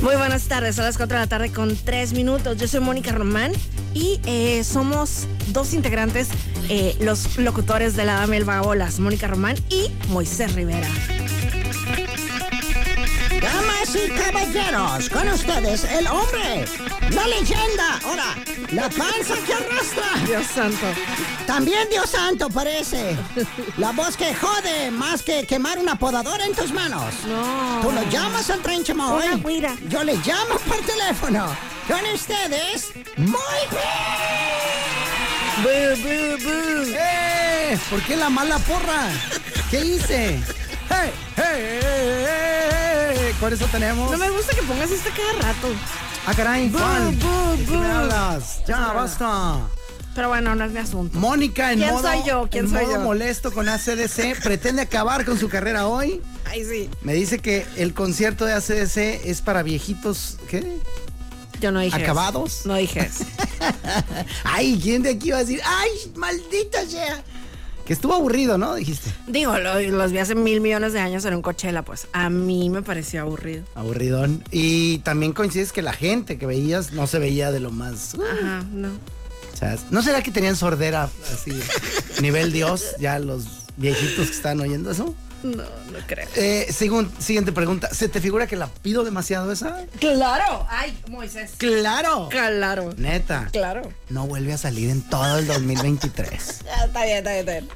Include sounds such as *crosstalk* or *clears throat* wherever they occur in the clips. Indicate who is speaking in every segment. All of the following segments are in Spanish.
Speaker 1: Muy buenas tardes, a las 4 de la tarde con 3 minutos. Yo soy Mónica Román y eh, somos dos integrantes, eh, los locutores de la Dame el Vagabolas, Mónica Román y Moisés Rivera.
Speaker 2: Damas y caballeros, con ustedes el hombre, la leyenda, ahora, la panza que arrastra.
Speaker 1: Dios santo.
Speaker 2: También Dios santo parece. La voz que jode más que quemar una podadora en tus manos.
Speaker 1: No.
Speaker 2: Tú lo llamas al trenche
Speaker 1: Una güira.
Speaker 2: Yo le llamo por teléfono. Con ustedes, muy ¡Eh! ¿Por qué la mala porra? ¿Qué hice? ¡Hey! ¡Hey! hey, hey! Por eso tenemos.
Speaker 1: No me gusta que pongas esto cada rato.
Speaker 2: ¡Ah, caray! ¿cuál?
Speaker 1: bu,
Speaker 2: ¿De qué
Speaker 1: bu.
Speaker 2: me hablas? ¡Ya, basta!
Speaker 1: Pero bueno, no es mi asunto.
Speaker 2: Mónica en
Speaker 1: ¿Quién
Speaker 2: modo,
Speaker 1: soy yo? ¿Quién
Speaker 2: en
Speaker 1: soy
Speaker 2: modo
Speaker 1: yo?
Speaker 2: molesto con ACDC pretende acabar con su carrera hoy.
Speaker 1: Ay, sí.
Speaker 2: Me dice que el concierto de ACDC es para viejitos. ¿Qué? *laughs*
Speaker 1: Yo no dije eso.
Speaker 2: ¿Acabados?
Speaker 1: No dije eso.
Speaker 2: Ay, ¿quién de aquí va a decir? ¡Ay, maldita sea! Que estuvo aburrido, ¿no? Dijiste.
Speaker 1: Digo, lo- los vi hace mil millones de años en un Coachella, pues a mí me pareció aburrido.
Speaker 2: Aburridón. Y también coincides que la gente que veías no se veía de lo más. O
Speaker 1: Ajá, no.
Speaker 2: sea, ¿no será que tenían sordera así, nivel Dios, ya los viejitos que están oyendo eso?
Speaker 1: No, no creo.
Speaker 2: Eh, segun- siguiente pregunta. ¿Se te figura que la pido demasiado esa?
Speaker 1: ¡Claro! ¡Ay, Moisés!
Speaker 2: ¡Claro!
Speaker 1: ¡Claro!
Speaker 2: Neta.
Speaker 1: ¡Claro!
Speaker 2: No vuelve a salir en todo el 2023.
Speaker 1: Ah, está bien, está bien, está bien.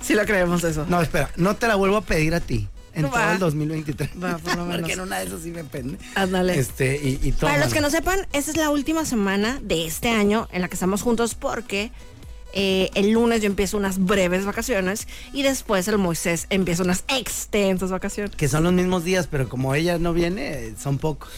Speaker 1: Sí lo creemos eso.
Speaker 2: No, espera, no te la vuelvo a pedir a ti. En
Speaker 1: Va.
Speaker 2: todo el 2023.
Speaker 1: Va, por lo menos.
Speaker 2: *laughs* Porque en una de esas sí me pende.
Speaker 1: Ándale.
Speaker 2: Este, y, y todo.
Speaker 1: Para los que no sepan, esa es la última semana de este año en la que estamos juntos porque eh, el lunes yo empiezo unas breves vacaciones y después el Moisés empieza unas extensas vacaciones.
Speaker 2: Que son los mismos días, pero como ella no viene, eh, son pocos.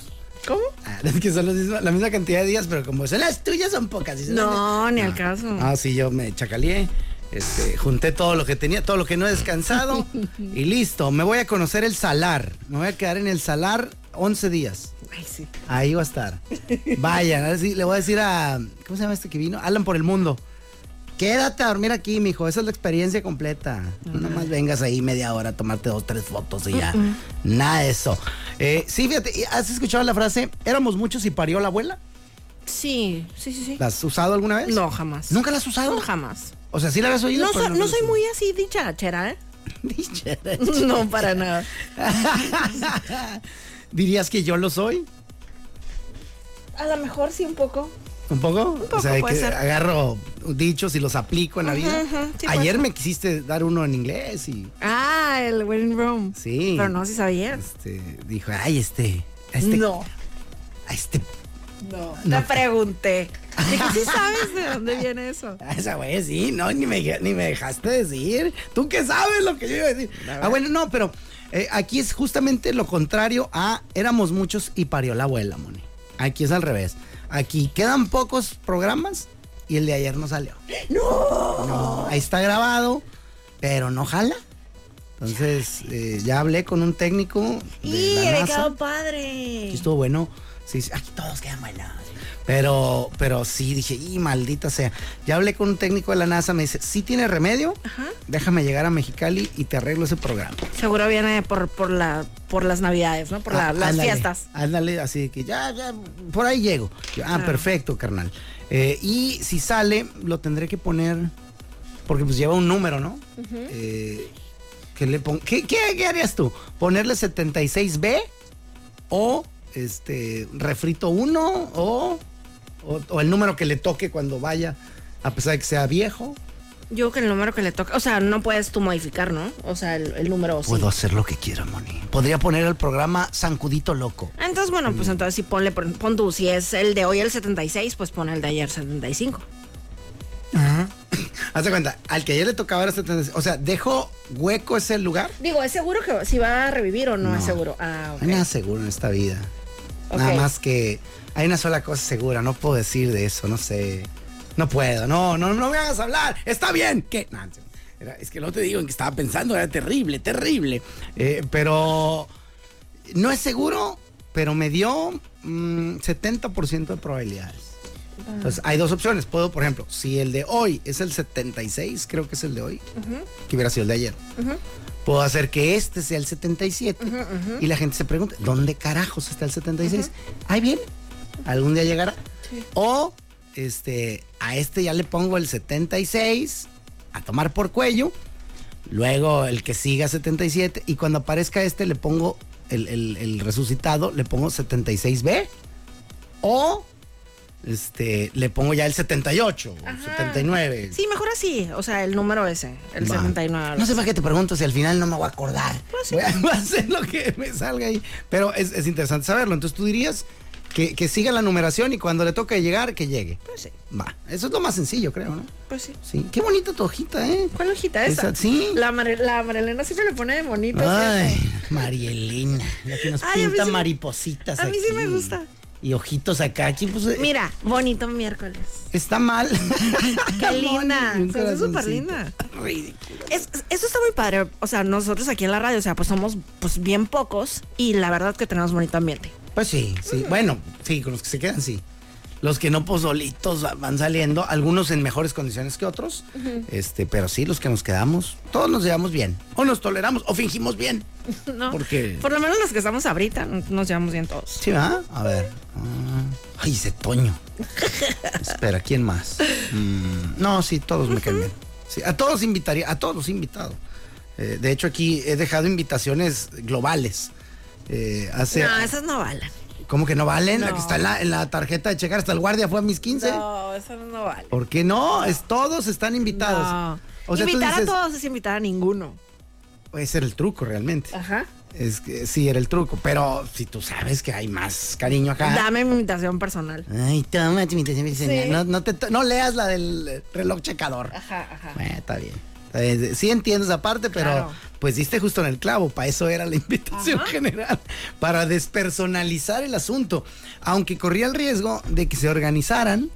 Speaker 1: ¿Cómo?
Speaker 2: Ah, *laughs* es que son los mismos- la misma cantidad de días, pero como son las tuyas, son pocas. Y son
Speaker 1: No,
Speaker 2: las-
Speaker 1: ni al caso.
Speaker 2: Ah, sí, yo me chacaleé. Este, junté todo lo que tenía, todo lo que no he
Speaker 1: *laughs*
Speaker 2: descansado. y listo, me voy a conocer el salar. Me voy a quedar en el salar 11 días.
Speaker 1: Ay, sí.
Speaker 2: Ahí va a estar. Vayan, ahora sí, le voy a decir a. ¿Cómo se llama este que vino? Alan por el mundo. Quédate a dormir aquí, mijo. Esa es la experiencia completa. No más vengas ahí media hora a tomarte dos, tres fotos y ya. Nada de eso. Eh, sí, fíjate, ¿y ¿has escuchado la frase? Éramos muchos y parió la abuela.
Speaker 1: Sí, sí, sí, sí.
Speaker 2: ¿La has usado alguna vez?
Speaker 1: No, jamás.
Speaker 2: ¿Nunca la has usado?
Speaker 1: No, jamás.
Speaker 2: O sea, sí la habías oído. *laughs*
Speaker 1: No,
Speaker 2: pero
Speaker 1: so-
Speaker 2: la
Speaker 1: no
Speaker 2: has
Speaker 1: soy
Speaker 2: usado.
Speaker 1: muy así dicharachera, ¿eh? *laughs*
Speaker 2: Dichera.
Speaker 1: No, para nada.
Speaker 2: *laughs* ¿Dirías que yo lo soy?
Speaker 1: A lo mejor sí un poco.
Speaker 2: ¿Un poco? o
Speaker 1: poco,
Speaker 2: sea,
Speaker 1: puede
Speaker 2: que
Speaker 1: ser.
Speaker 2: agarro dichos y los aplico en la vida.
Speaker 1: ajá, sí, puede
Speaker 2: Ayer
Speaker 1: ser.
Speaker 2: me quisiste dar uno en inglés y
Speaker 1: Ah, el Wedding Room.
Speaker 2: Sí.
Speaker 1: Pero no, si sabías.
Speaker 2: este, dijo, ay, este, a este,
Speaker 1: No,
Speaker 2: a este,
Speaker 1: no.
Speaker 2: No.
Speaker 1: Te *laughs* pregunté. Dije, sí sabes de dónde viene eso.
Speaker 2: a *laughs* esa güey, sí, no, ni me, ni me dejaste decir. Tú qué sabes lo que yo iba a decir. Ah, bueno, no, pero eh, aquí es justamente lo contrario a éramos muchos y parió la abuela, Moni. Aquí es al revés. Aquí quedan pocos programas y el de ayer no salió. ¡No! ahí está grabado, pero no jala. Entonces, eh, ya hablé con un técnico. de
Speaker 1: Y
Speaker 2: la
Speaker 1: he
Speaker 2: NASA.
Speaker 1: quedado padre.
Speaker 2: Sí, estuvo bueno. Sí, sí, aquí todos quedan buenos. Pero, pero sí, dije, y maldita sea. Ya hablé con un técnico de la NASA, me dice, sí tiene remedio,
Speaker 1: Ajá.
Speaker 2: déjame llegar a Mexicali y te arreglo ese programa.
Speaker 1: Seguro viene por, por, la, por las navidades, ¿no? Por la-
Speaker 2: Ah,
Speaker 1: las
Speaker 2: ándale,
Speaker 1: fiestas.
Speaker 2: Ándale, así de que ya, ya, por ahí llego. Yo, ah,
Speaker 1: Claro.
Speaker 2: perfecto, carnal. Eh, y si sale, lo tendré que poner, porque pues lleva un número, ¿no? Eh, que le pon- ¿Qué, qué- qué harías tú? ¿Ponerle 76B o este refrito 1 o, o, o el número que le toque cuando vaya, a pesar de que sea viejo?
Speaker 1: Yo creo que el número que le toca. O sea, no puedes tú modificar, ¿no? O sea, el, el número sí.
Speaker 2: Puedo hacer lo que quiera, Moni. Podría poner el programa Sancudito Loco.
Speaker 1: Ah, Entonces, bueno, pues entonces sí ponle, pon pon tú, si es el de hoy el 76, pues pon el de ayer 75.
Speaker 2: Hazte cuenta, al que ayer le tocaba era 76. O sea, dejó hueco ese lugar.
Speaker 1: Digo, ¿es seguro que si va a revivir o no, es seguro? Ah, ok.
Speaker 2: No hay nada seguro en esta vida. Nada
Speaker 1: Ok.
Speaker 2: más que hay una sola cosa segura, no puedo decir de eso, no sé. No puedo, no, no, no me hagas hablar. Está bien. ¿Qué? No, no sé. Era- es que no te digo en que estaba pensando, era terrible, terrible. Eh, pero no es seguro, pero me dio mm, 70% de probabilidades.
Speaker 1: Ah.
Speaker 2: Entonces, hay dos opciones. Puedo, por ejemplo, si el de hoy es el 76, creo que es el de hoy, que hubiera sido el de ayer. Puedo hacer que este sea el 77. Y la gente se pregunta, ¿dónde carajos está el 76? Ahí viene. Algún día llegará. O este, a este ya le pongo el 76 a tomar por cuello. Luego el que siga 77. Y cuando aparezca este le pongo el, el- el resucitado, le pongo 76B. O este, le pongo ya el 78 o 79.
Speaker 1: Sí, mejor así. O sea, el número ese, el
Speaker 2: Va.
Speaker 1: 79.
Speaker 2: No sé para qué te pregunto si al final no me voy a acordar. Voy a voy a hacer lo que me salga ahí. Pero es, es interesante saberlo. Entonces tú dirías que, que siga la numeración y cuando le toque llegar, que llegue.
Speaker 1: Pues sí,
Speaker 2: Va. Eso es lo más sencillo, creo, ¿no?
Speaker 1: pues sí.
Speaker 2: Sí. Qué bonita tu hojita, ¿eh?
Speaker 1: ¿Cuál hojita esa?
Speaker 2: Esa, sí.
Speaker 1: La, Mare- la Marilena siempre le pone de bonito. pues, ¿sí?
Speaker 2: Ay, Marielina. La que nos
Speaker 1: Ay, a mí
Speaker 2: pinta
Speaker 1: sí me-
Speaker 2: maripositas.
Speaker 1: a mí sí
Speaker 2: aquí.
Speaker 1: me gusta.
Speaker 2: Y ojitos acá. Aquí, pues. eh,
Speaker 1: Mira, bonito miércoles.
Speaker 2: Está mal.
Speaker 1: *laughs* Qué linda.
Speaker 2: Y un
Speaker 1: Se ve súper
Speaker 2: corazoncito.
Speaker 1: linda. Es- es- eso está muy padre. O sea, nosotros aquí en la radio, o sea, pues somos pues bien pocos y la verdad que tenemos bonito ambiente.
Speaker 2: Pues sí, sí. Bueno, sí, con los que se quedan, sí. Los que no, pues solitos va- van saliendo, algunos en mejores condiciones que otros. Este, pero sí, los que nos quedamos, todos nos llevamos bien. O nos toleramos, o fingimos bien.
Speaker 1: ¿no?
Speaker 2: ¿Por qué?
Speaker 1: Por lo menos los que estamos ahorita n- nos llevamos bien todos.
Speaker 2: Sí, ¿verdad? A ver. Ah, Ay, ese toño. Espera, ¿quién más? Mm, no, sí, todos me caen bien. Sí, a todos invitaría, a todos los invitados. de hecho, aquí he dejado invitaciones globales. Eh, hace,
Speaker 1: no, esas no valen.
Speaker 2: ¿Cómo que no valen? La
Speaker 1: No.
Speaker 2: que está en la, en la tarjeta de checar hasta el guardia fue a mis 15.
Speaker 1: No, esas no valen.
Speaker 2: ¿Por qué no? Es, todos están invitados.
Speaker 1: No.
Speaker 2: O sea, tú
Speaker 1: invitar
Speaker 2: dices,
Speaker 1: a todos es invitar a ninguno.
Speaker 2: Ese era el truco realmente.
Speaker 1: Ajá.
Speaker 2: Es que sí, era el truco. Pero si tú sabes que hay más cariño acá.
Speaker 1: Dame mi invitación personal.
Speaker 2: Ay, toma tu invitación, mi señora.
Speaker 1: Sí.
Speaker 2: No, no te to- no leas la del eh, reloj checador.
Speaker 1: Ajá, ajá.
Speaker 2: Bueno, está bien. Está bien. Sí entiendo esa parte, pero
Speaker 1: Claro.
Speaker 2: pues diste justo en el clavo. Para eso era la invitación general. Para despersonalizar el asunto. Aunque corría el riesgo de que se organizaran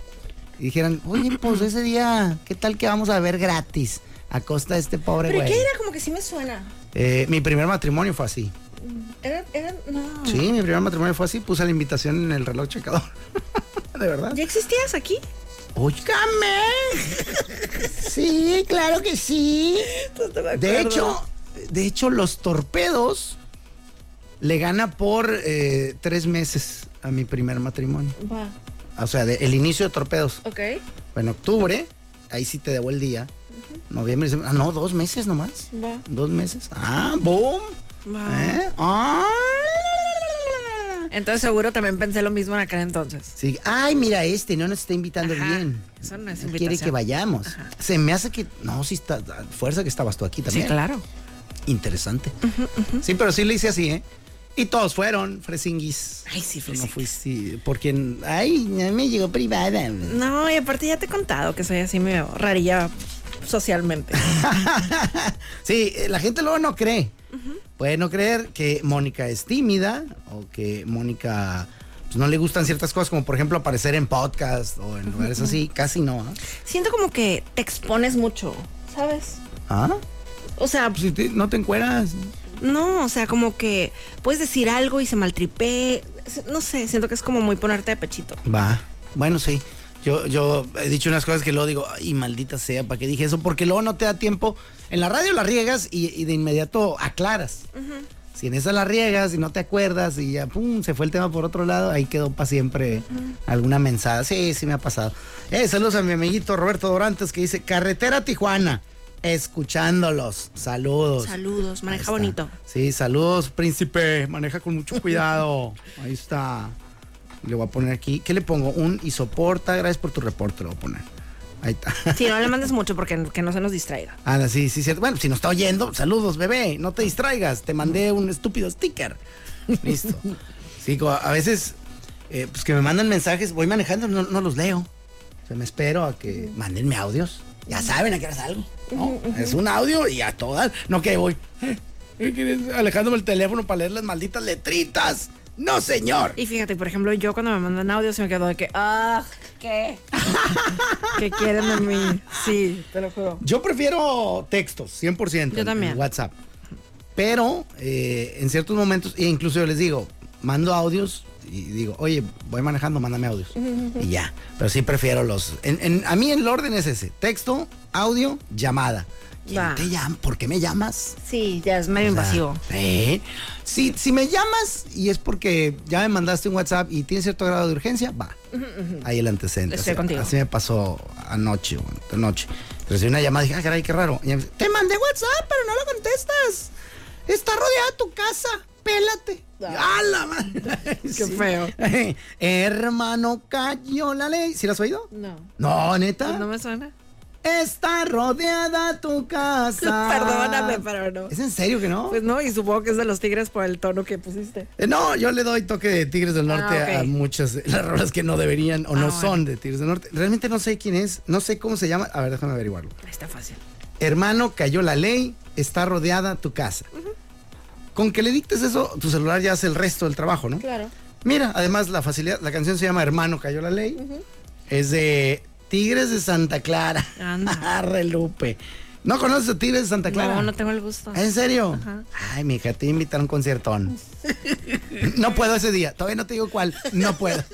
Speaker 2: y dijeran, oye, pues ese día, ¿qué tal que vamos a ver gratis? A costa de este pobre
Speaker 1: Pero
Speaker 2: güey.
Speaker 1: ¿qué era? Como que sí me suena.
Speaker 2: Eh, mi primer matrimonio fue así.
Speaker 1: Era, era, no.
Speaker 2: Sí, mi primer matrimonio fue así. Puse la invitación en el reloj checador. *laughs* de verdad.
Speaker 1: ¿Ya existías aquí?
Speaker 2: ¡Óigame! Sí, claro que sí. De hecho, de hecho, los torpedos le gana por eh, tres meses a mi primer matrimonio.
Speaker 1: Va,
Speaker 2: O sea, de- el inicio de torpedos.
Speaker 1: ok.
Speaker 2: Fue En octubre, ahí sí te debo el día. Noviembre, diciembre- ah, no, dos meses nomás.
Speaker 1: Va.
Speaker 2: Dos meses. Ah, boom.
Speaker 1: Va.
Speaker 2: ¿Eh? Ah.
Speaker 1: Entonces seguro también pensé lo mismo en aquel entonces.
Speaker 2: Sí. Ay, mira este, no nos está invitando
Speaker 1: Ajá.
Speaker 2: bien.
Speaker 1: Eso no es
Speaker 2: Quiere
Speaker 1: invitación.
Speaker 2: que vayamos. Se me hace que. No, sí está. Fuerza que estabas tú aquí también.
Speaker 1: Sí, claro.
Speaker 2: Interesante. Sí, pero sí le hice así, ¿eh? Y todos fueron, fresinguis.
Speaker 1: Ay, sí,
Speaker 2: Tú No
Speaker 1: fresinguis.
Speaker 2: fui, sí, porque. Ay, ya me llegó privada.
Speaker 1: No, y aparte ya te he contado que soy así medio rarilla
Speaker 2: *laughs*
Speaker 1: socialmente.
Speaker 2: *laughs* Sí, eh, la gente luego no cree. Puede no creer que Mónica es tímida o que Mónica pues, no le gustan ciertas cosas, como por ejemplo aparecer en podcast o en lugares así. Casi no. ¿ah?
Speaker 1: Siento como que te expones mucho, ¿sabes?
Speaker 2: ¿Ah?
Speaker 1: O sea,
Speaker 2: Pues, si te- no te encueras.
Speaker 1: no, o sea, como que puedes decir algo y se maltripé. No sé, siento que es como muy ponerte de pechito.
Speaker 2: Va. Bueno, sí. Yo, yo he dicho unas cosas que luego digo, ay, maldita sea, ¿para qué dije eso? Porque luego no te da tiempo. En la radio la riegas y, y de inmediato aclaras. Si en esa la riegas y no te acuerdas y ya, pum, se fue el tema por otro lado, ahí quedó para siempre alguna mensada. Sí, sí me ha pasado. Eh, saludos a mi amiguito Roberto Dorantes que dice, carretera a Tijuana, escuchándolos. Saludos.
Speaker 1: Saludos,
Speaker 2: Pues, Ahí
Speaker 1: maneja
Speaker 2: está.
Speaker 1: bonito.
Speaker 2: Sí, saludos, príncipe. Maneja con mucho
Speaker 1: *laughs*
Speaker 2: cuidado. Ahí está. Le voy a poner aquí. ¿Qué le pongo? Un y soporta. Gracias por tu reporte. Le voy a poner. Ahí está.
Speaker 1: Sí, no le mandes mucho porque que no se nos distraiga.
Speaker 2: Ah, sí, sí, cierto. Bueno, si nos está oyendo, saludos, bebé. No te distraigas. Te mandé un estúpido sticker. Listo. Sí, como a veces, eh, pues que me mandan mensajes, voy manejando, no, no los leo. O sea, me espero a que mandenme audios. Ya saben a qué hora salgo. ¿no? Es un audio y *laughs* a todas. No que voy. eh, eh, que- Alejándome el teléfono para leer las malditas letritas. No, señor.
Speaker 1: Y fíjate, por ejemplo, yo cuando me mandan audio se me quedó de que, ah, ¿qué? ¿Qué quieren de mí? Sí, te lo juro.
Speaker 2: Yo prefiero textos, 100%.
Speaker 1: Yo
Speaker 2: en-
Speaker 1: también.
Speaker 2: en WhatsApp. Pero eh, en ciertos momentos, e incluso yo les digo, mando audios y digo, oye, voy manejando, mándame audios. y ya. Pero sí prefiero los. en- en- a mí el orden es ese: texto, audio, llamada. ¿Quién
Speaker 1: Va.
Speaker 2: te llama? ¿Por qué me llamas?
Speaker 1: Sí, ya es medio
Speaker 2: O sea,
Speaker 1: invasivo.
Speaker 2: ¿eh? Si, si me llamas y es porque ya me mandaste un WhatsApp y tiene cierto grado de urgencia, va. Ahí el antecedente.
Speaker 1: Estoy
Speaker 2: así,
Speaker 1: contigo.
Speaker 2: así me pasó anoche, bueno, anoche. Recibí una llamada y dije, ah, caray, qué raro. Y me dice, te mandé WhatsApp, pero no lo contestas. Está rodeada tu casa. Pélate. Y, ¡Ah,
Speaker 1: *laughs*
Speaker 2: la madre! *laughs* Qué
Speaker 1: feo.
Speaker 2: Hermano, cayó la ley. ¿Sí la has oído?
Speaker 1: No.
Speaker 2: No, neta.
Speaker 1: Pues ¿No me suena?
Speaker 2: Está rodeada tu
Speaker 1: *laughs*
Speaker 2: casa.
Speaker 1: *laughs* Perdóname, pero no.
Speaker 2: ¿Es en serio que no?
Speaker 1: Pues no, y supongo que es de los tigres por el tono que pusiste.
Speaker 2: Eh, No, yo le doy toque de Tigres del
Speaker 1: Ah,
Speaker 2: Norte a- a
Speaker 1: ok. Ah,
Speaker 2: muchas de las rolas que no deberían o no
Speaker 1: bueno.
Speaker 2: son de Tigres del Norte. Realmente no sé quién es, no sé cómo se llama. A ver, déjame averiguarlo.
Speaker 1: Está fácil.
Speaker 2: Hermano, cayó la ley, está rodeada tu casa. Con que le dictes eso, tu celular ya hace el resto del trabajo, ¿no?
Speaker 1: Claro.
Speaker 2: Mira, además la facilidad, la canción se llama Hermano, cayó la ley. Es de Tigres de Santa Clara. *laughs*
Speaker 1: Anda.
Speaker 2: Relupe. ¿No conoces a Tigres de Santa Clara?
Speaker 1: No, no tengo el gusto.
Speaker 2: ¿En serio?
Speaker 1: Ajá.
Speaker 2: Ay, mija, te voy a invitar a un conciertón. No puedo ese día. Todavía no te digo cuál. No puedo.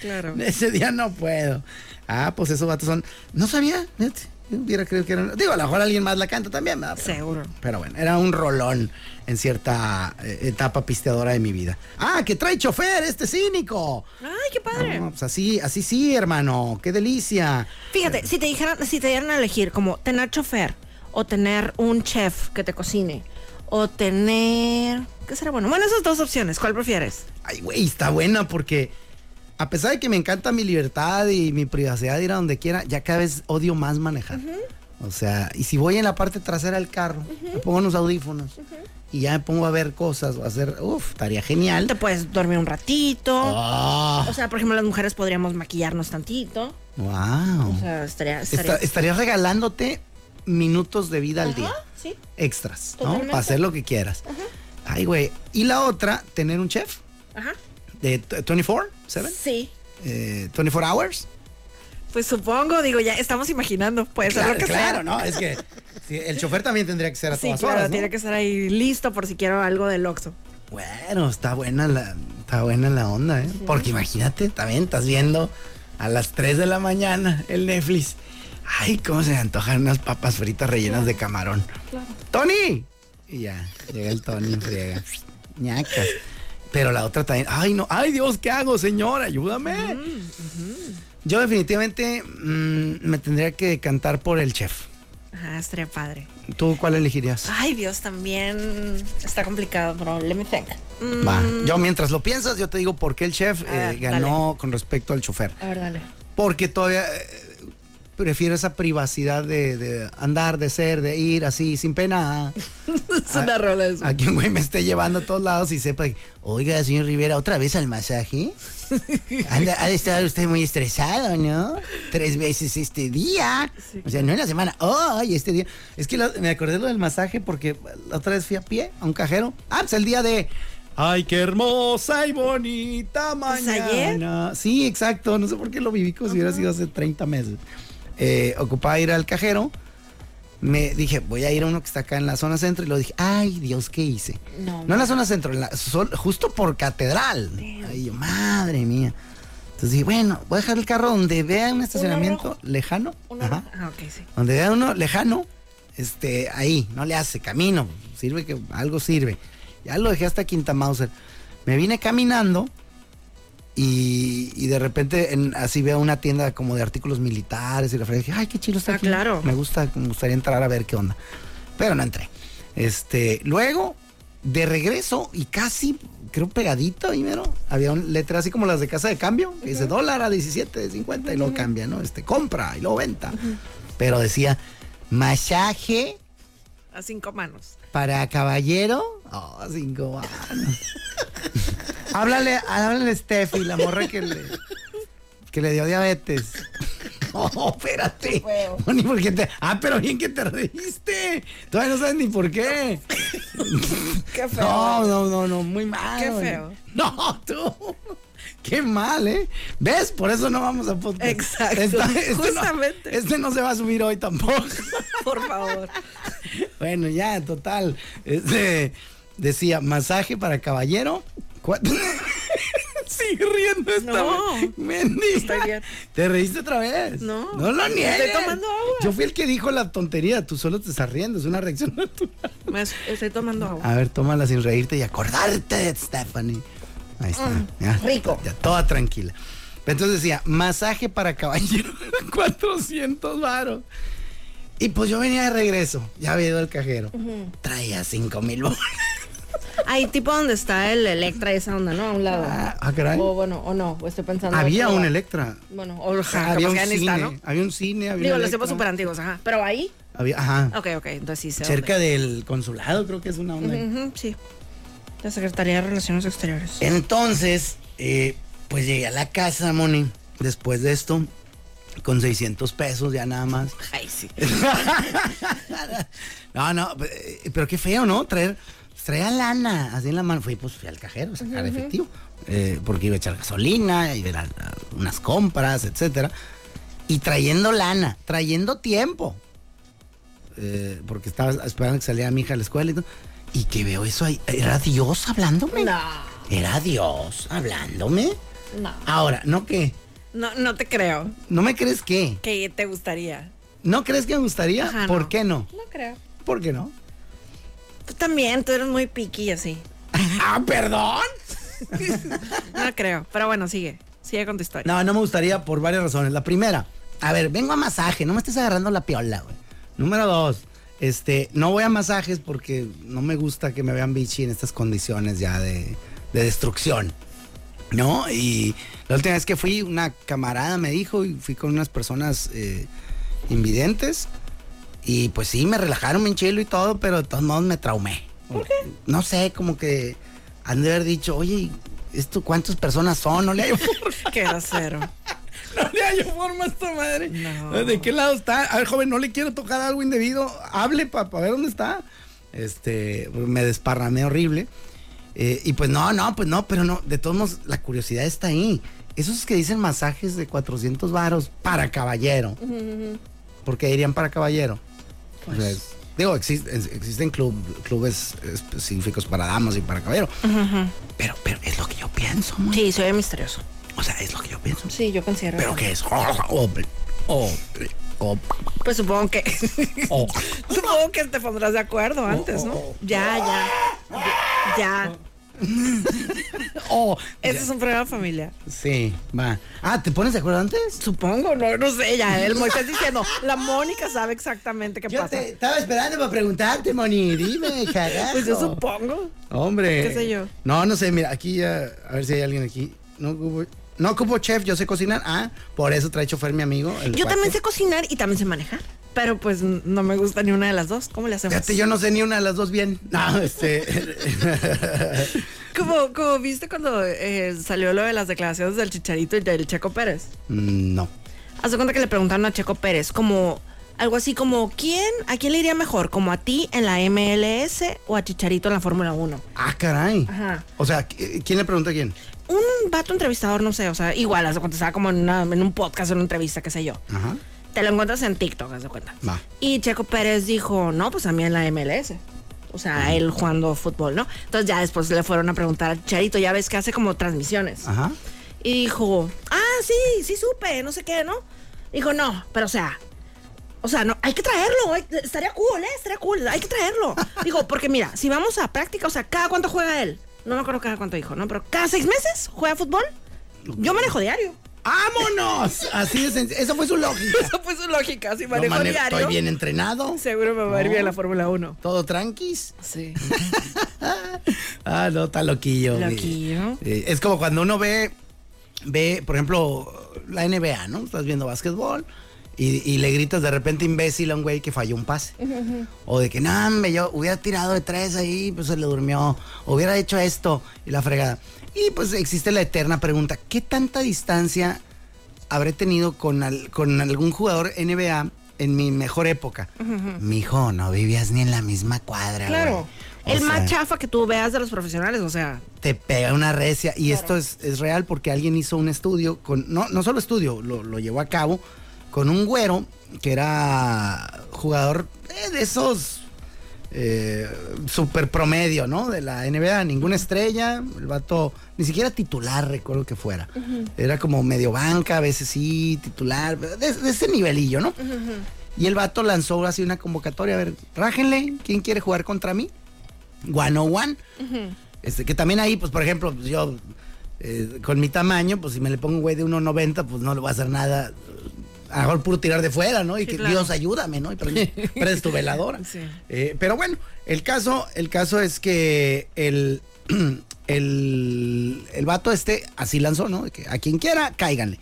Speaker 1: Claro.
Speaker 2: Ese día no puedo. Ah, pues esos vatos son. No sabía. neta. Yo hubiera creído que eran. Digo, a lo mejor alguien más la canta también, ¿verdad? Pero-
Speaker 1: Seguro.
Speaker 2: Pero bueno, era un rolón en cierta eh, etapa pisteadora de mi vida. Ah, que trae chofer este cínico.
Speaker 1: Ay, qué padre.
Speaker 2: No, pues así, así sí, hermano. Qué delicia.
Speaker 1: Fíjate, si te dijeran, si te dieran a elegir como tener chofer o tener un chef que te cocine o tener ¿qué será bueno? Bueno, esas dos opciones, ¿cuál prefieres?
Speaker 2: Ay, güey, está buena porque a pesar de que me encanta mi libertad y mi privacidad de ir a donde quiera, ya cada vez odio más manejar. O sea, y si voy en la parte trasera del carro, me pongo unos audífonos y ya me pongo a ver cosas o a hacer, uff, estaría genial.
Speaker 1: Te puedes dormir un ratito.
Speaker 2: Ah,
Speaker 1: O sea, por ejemplo, las mujeres podríamos maquillarnos tantito.
Speaker 2: wow.
Speaker 1: O sea, estaría, estaría-
Speaker 2: Esta- estaría regalándote minutos de vida al día.
Speaker 1: Ajá, sí.
Speaker 2: Extras, ¿no?
Speaker 1: Totalmente.
Speaker 2: Para hacer lo que quieras. Ay, güey. Y la otra, tener un chef
Speaker 1: Ajá.
Speaker 2: de t- 24, 7,
Speaker 1: Sí.
Speaker 2: eh, 24 hours.
Speaker 1: Pues supongo, digo, ya estamos imaginando, puede ser Pues, lo que sea.
Speaker 2: claro, ¿no? Es que sí, el chofer también tendría que ser a
Speaker 1: Sí,
Speaker 2: todas
Speaker 1: claro,
Speaker 2: horas, ¿no?
Speaker 1: tiene que estar ahí listo por si quiero algo del Oxxo.
Speaker 2: Bueno, está buena la, está buena la onda, ¿eh? Porque imagínate, también estás viendo a las 3 de la mañana el Netflix. Ay, cómo se me antojan unas papas fritas rellenas de camarón. ¡Tony! Y ya, llega el Tony en friega. Ñacas. Pero la otra también, ay no, ay Dios, ¿qué hago, señor? Ayúdame. Yo definitivamente mm, me tendría que decantar por el chef.
Speaker 1: Ajá, estaría padre.
Speaker 2: ¿Tú cuál elegirías?
Speaker 1: Ay, Dios, también está complicado, bro. Let me think. Mm,
Speaker 2: Va. Yo mientras lo piensas, yo te digo por qué el chef
Speaker 1: A
Speaker 2: eh,
Speaker 1: ver,
Speaker 2: ganó con respecto al chofer.
Speaker 1: A ver,
Speaker 2: *laughs*
Speaker 1: dale.
Speaker 2: Porque todavía eh, prefiero esa privacidad de, de andar, de ser, de ir así, sin pena.
Speaker 1: es una rola eso.
Speaker 2: A que un güey me esté llevando a todos lados y sepa, que, oiga, señor Rivera, ¿otra vez
Speaker 1: *laughs*
Speaker 2: al masaje? Anda- ha de estar usted muy estresado, ¿no? Tres veces este día. O sea, no en la semana, hoy, este día. Es que la- me acordé lo del masaje porque la otra vez fui a pie a un cajero. Ah, pues el día de... Ay, qué hermosa y bonita
Speaker 1: Pues
Speaker 2: mañana.
Speaker 1: ayer.
Speaker 2: Sí, exacto. No sé por qué lo viví como si hubiera sido hace 30 meses. Eh, ocupaba ir al cajero. Me dije, voy a ir a uno que está acá en la zona centro. Y lo dije, ay, Dios, ¿qué hice?
Speaker 1: No.
Speaker 2: No en la zona centro, en la, sol- justo por catedral. Ay, yo, madre mía. Entonces dije, bueno, voy a dejar el carro donde vea un estacionamiento
Speaker 1: rojo.
Speaker 2: lejano.
Speaker 1: Una-
Speaker 2: Ajá.
Speaker 1: Ah, ok, sí.
Speaker 2: Donde vea uno lejano, este, ahí, no le hace camino. Sirve que algo sirve. Ya lo dejé hasta Quinta Mauser. Me vine caminando y, y de repente en- así veo una tienda como de artículos militares y la fregada. Dije, ay, qué chido está
Speaker 1: Ah,
Speaker 2: aquí.
Speaker 1: claro.
Speaker 2: Me gusta, me gustaría entrar a ver qué onda. Pero no entré. Este, luego, de regreso y casi, creo pegadito, ahí mero, había un letra así como las de casa de cambio, que dice dólar a 17.50 y luego cambia, ¿no? Este, compra y luego venta. Pero decía, masaje
Speaker 1: A cinco manos. *laughs*
Speaker 2: para caballero. Oh, cinco manos. háblale, háblale a Steffi, la morra que le, que le dio diabetes. Oh, espérate. Moni, ¿por qué te- Ah, pero bien que te reíste. Todavía no sabes ni por qué.
Speaker 1: Qué feo.
Speaker 2: No, no, no, no, muy mal.
Speaker 1: Qué
Speaker 2: Moni.
Speaker 1: feo.
Speaker 2: No, tú. Qué mal, ¿eh? ¿Ves? Por eso no vamos a podcast.
Speaker 1: Exacto,
Speaker 2: no-
Speaker 1: justamente.
Speaker 2: este no se va a subir hoy tampoco.
Speaker 1: Por
Speaker 2: *laughs*
Speaker 1: favor.
Speaker 2: Bueno, ya, total. Este, decía, masaje para caballero. Cua- *laughs* Sigue riendo esta
Speaker 1: No.
Speaker 2: vez. Mendiga.
Speaker 1: Está bien.
Speaker 2: ¿Te reíste otra vez?
Speaker 1: No.
Speaker 2: No lo niegues.
Speaker 1: Estoy tomando agua.
Speaker 2: Yo fui el que dijo la tontería. Tú solo te estás riendo. Es una reacción natural.
Speaker 1: Me es- estoy tomando agua.
Speaker 2: A ver, tómala sin reírte y acordarte de Stephanie. Ahí está. ya,
Speaker 1: Mm, rico.
Speaker 2: Ya, toda tranquila. Entonces decía, masaje para caballero, *laughs* 400 varos. Y pues yo venía de regreso, ya había ido al cajero. Traía 5 mil bolas.
Speaker 1: Ahí tipo donde está el Electra y esa onda, ¿no? A un lado.
Speaker 2: Ah, ah, caray.
Speaker 1: O Oh. bueno, o no, o estoy pensando.
Speaker 2: Había
Speaker 1: otro
Speaker 2: un
Speaker 1: lugar.
Speaker 2: Electra.
Speaker 1: Bueno, o ajá,
Speaker 2: Ah,
Speaker 1: capaz
Speaker 2: Había un,
Speaker 1: que ya ni
Speaker 2: cine,
Speaker 1: está, ¿no?
Speaker 2: había un cine, había
Speaker 1: Digo,
Speaker 2: un
Speaker 1: los tiempos
Speaker 2: Electra.
Speaker 1: súper antiguos, ajá. Pero ahí.
Speaker 2: Había- ajá.
Speaker 1: Ok, ok, entonces sí. sé
Speaker 2: Cerca del consulado, creo que es una onda.
Speaker 1: dónde.
Speaker 2: ahí.
Speaker 1: Ujú, sí. La Secretaría de Relaciones Exteriores.
Speaker 2: Entonces, eh, pues llegué a la casa, Moni. Después de esto, con 600 pesos ya nada más.
Speaker 1: Ay, sí.
Speaker 2: no, no, eh, pero qué feo, ¿no? Traer, traía lana así en la mano. Fui, pues fui al cajero, a sacar efectivo. eh, porque iba a echar gasolina, iba a ir a- a unas compras, etcétera. Y trayendo lana, trayendo tiempo. eh, porque estaba esperando que saliera mi hija a la escuela y todo. Y que veo eso ahí. ¿Era Dios hablándome?
Speaker 1: No.
Speaker 2: ¿Era Dios hablándome?
Speaker 1: No.
Speaker 2: Ahora, ¿no qué?
Speaker 1: No, no te creo
Speaker 2: ¿No me crees qué?
Speaker 1: que te gustaría.
Speaker 2: ¿No crees que me gustaría?
Speaker 1: Ajá,
Speaker 2: ¿Por
Speaker 1: no.
Speaker 2: qué no?
Speaker 1: No creo.
Speaker 2: ¿Por qué no? *laughs*
Speaker 1: Tú también, tú eres muy piqui y así.
Speaker 2: ¡Ah, perdón!
Speaker 1: No creo. Pero bueno, sigue. Sigue con tu historia.
Speaker 2: No, no me gustaría por varias razones. La primera, a ver, vengo a masaje, no me estés agarrando la piola, güey. Número dos, este, no voy a masajes porque no me gusta que me vean bichi en estas condiciones ya de, de destrucción. ¿No? Y la última vez que fui, una camarada me dijo, y fui con unas personas eh, invidentes, y pues sí, me relajaron bien chilo y todo, pero de todos modos me traumé. ¿Por qué? No sé, como que han de haber dicho, oye, ¿esto cuántas personas son? No le hallo forma".
Speaker 1: Qué grosero.
Speaker 2: No le hallo forma a esta madre.
Speaker 1: No.
Speaker 2: ¿De qué lado está? A ver, joven, no le quiero tocar algo indebido. Hable para ver dónde está. Este, me desparramé horrible. Eh, y pues no, no, pues no, pero no. De todos modos, la curiosidad está ahí. Esos que dicen masajes de 400 varos para caballero. ¿Por qué dirían para caballero? O sea, es-
Speaker 1: Pues.
Speaker 2: digo, exist- es- existen club- clubes específicos para damas y para caballero. pero, pero es lo que yo pienso, mo.
Speaker 1: Sí, soy misterioso.
Speaker 2: O sea, es lo que yo pienso.
Speaker 1: Sí, yo considero.
Speaker 2: ¿Pero
Speaker 1: eso.
Speaker 2: qué es? O- o- o-
Speaker 1: Pues supongo que. Oh. *laughs*
Speaker 2: o-
Speaker 1: supongo que te pondrás de acuerdo antes, ¿no? Ya, ya. Ya. oh, ya.
Speaker 2: o-
Speaker 1: Ese es un programa familiar.
Speaker 2: Oh, Sí, va. Ah, ¿te pones de acuerdo antes?
Speaker 1: Supongo, no, no sé, ya el Moisés diciendo, la Mónica sabe exactamente qué pasa.
Speaker 2: estaba esperando para preguntarte,
Speaker 1: *laughs*
Speaker 2: Moni. Dime, carajo.
Speaker 1: Pues yo supongo.
Speaker 2: Hombre.
Speaker 1: ¿Qué sé yo?
Speaker 2: No, no sé, mira, aquí ya, a ver si hay alguien aquí. No ocupo, no ocupo chef, yo sé cocinar. Ah, por eso trae chofer mi amigo. el
Speaker 1: Yo
Speaker 2: cuate.
Speaker 1: también sé cocinar y también sé manejar, pero pues n- no me gusta ni una de las dos. ¿Cómo le hacemos?
Speaker 2: Fíjate, yo no sé ni una de las dos bien. No, este. *laughs*
Speaker 1: Como, como viste cuando eh, salió lo de las declaraciones del Chicharito y del Checo Pérez.
Speaker 2: mm, no.
Speaker 1: Haz de cuenta que le preguntaron a Checo Pérez como algo así como ¿quién? ¿A quién le iría mejor? ¿Como a ti en la MLS o a Chicharito en la Fórmula 1?
Speaker 2: Ah, caray.
Speaker 1: Ajá.
Speaker 2: O sea, ¿qui- ¿quién le pregunta a quién?
Speaker 1: Un vato entrevistador, no sé, o sea, igual, haz de cuenta, estaba como en, una- en un podcast, en una entrevista, qué sé yo.
Speaker 2: Ajá.
Speaker 1: Te lo encuentras en TikTok, haz de cuenta.
Speaker 2: Va.
Speaker 1: Y Checo Pérez dijo, no, pues a mí en la MLS. O sea, él jugando fútbol, ¿no? Entonces ya después le fueron a preguntar a Charito, ya ves que hace como transmisiones.
Speaker 2: Ajá.
Speaker 1: Y dijo, ah, sí, sí supe, no sé qué, ¿no? Dijo, no, pero o sea, o sea, no, hay que traerlo, hay- estaría cool, ¿eh? Estaría cool, hay que traerlo.
Speaker 2: *laughs*
Speaker 1: Dijo, porque mira, si vamos a práctica, o sea, ¿cada cuánto juega él? No me acuerdo cada cuánto dijo, ¿no? Pero cada seis meses juega fútbol. Yo manejo
Speaker 2: *laughs*
Speaker 1: diario.
Speaker 2: ¡Vámonos! Así de sencillo. Esa fue su lógica.
Speaker 1: Esa fue su lógica, si
Speaker 2: No manejo- Estoy bien entrenado.
Speaker 1: Seguro me va a ir bien la Fórmula 1.
Speaker 2: Todo tranquis.
Speaker 1: Sí.
Speaker 2: Ah, no, está loquillo. güey.
Speaker 1: Loquillo.
Speaker 2: Eh, es como cuando uno ve, ve, por ejemplo, la NBA, ¿no? Estás viendo básquetbol y, y le gritas de repente imbécil a un güey que falló un pase. O de que, no, hombre, yo hubiera tirado de tres ahí, pues se le durmió. Hubiera hecho esto y la fregada. Y pues existe la eterna pregunta, ¿qué tanta distancia habré tenido con, al- con algún jugador NBA en mi mejor época? Mijo, no vivías ni en la misma cuadra.
Speaker 1: Claro.
Speaker 2: güey.
Speaker 1: El
Speaker 2: O
Speaker 1: más
Speaker 2: sea,
Speaker 1: chafa que tú veas de los profesionales, o sea.
Speaker 2: te pega una recia. Y esto es, es real porque alguien hizo un estudio, con no, no solo estudio, lo, lo llevó a cabo con un güero que era jugador eh, de esos eh, super promedio, ¿no? De la NBA, ninguna estrella, el vato ni siquiera titular, recuerdo que fuera. Era como medio banca, a veces sí, titular, de, de ese nivelillo, ¿no? Y el vato lanzó así una convocatoria, a ver, rájenle, ¿quién quiere jugar contra mí? One on one. Este, que también ahí, pues, por ejemplo, pues, yo eh, con mi tamaño, pues si me le pongo un güey de 1.90, pues no le voy a hacer nada. A lo mejor puro tirar de fuera, ¿no? Y
Speaker 1: Sí,
Speaker 2: que
Speaker 1: claro.
Speaker 2: Dios ayúdame, ¿no? Y prende- prendes tu veladora.
Speaker 1: Sí.
Speaker 2: Eh, pero bueno, el caso, el caso es que el, *clears throat* el, el vato este así lanzó, ¿no? De que a quien quiera, cáiganle.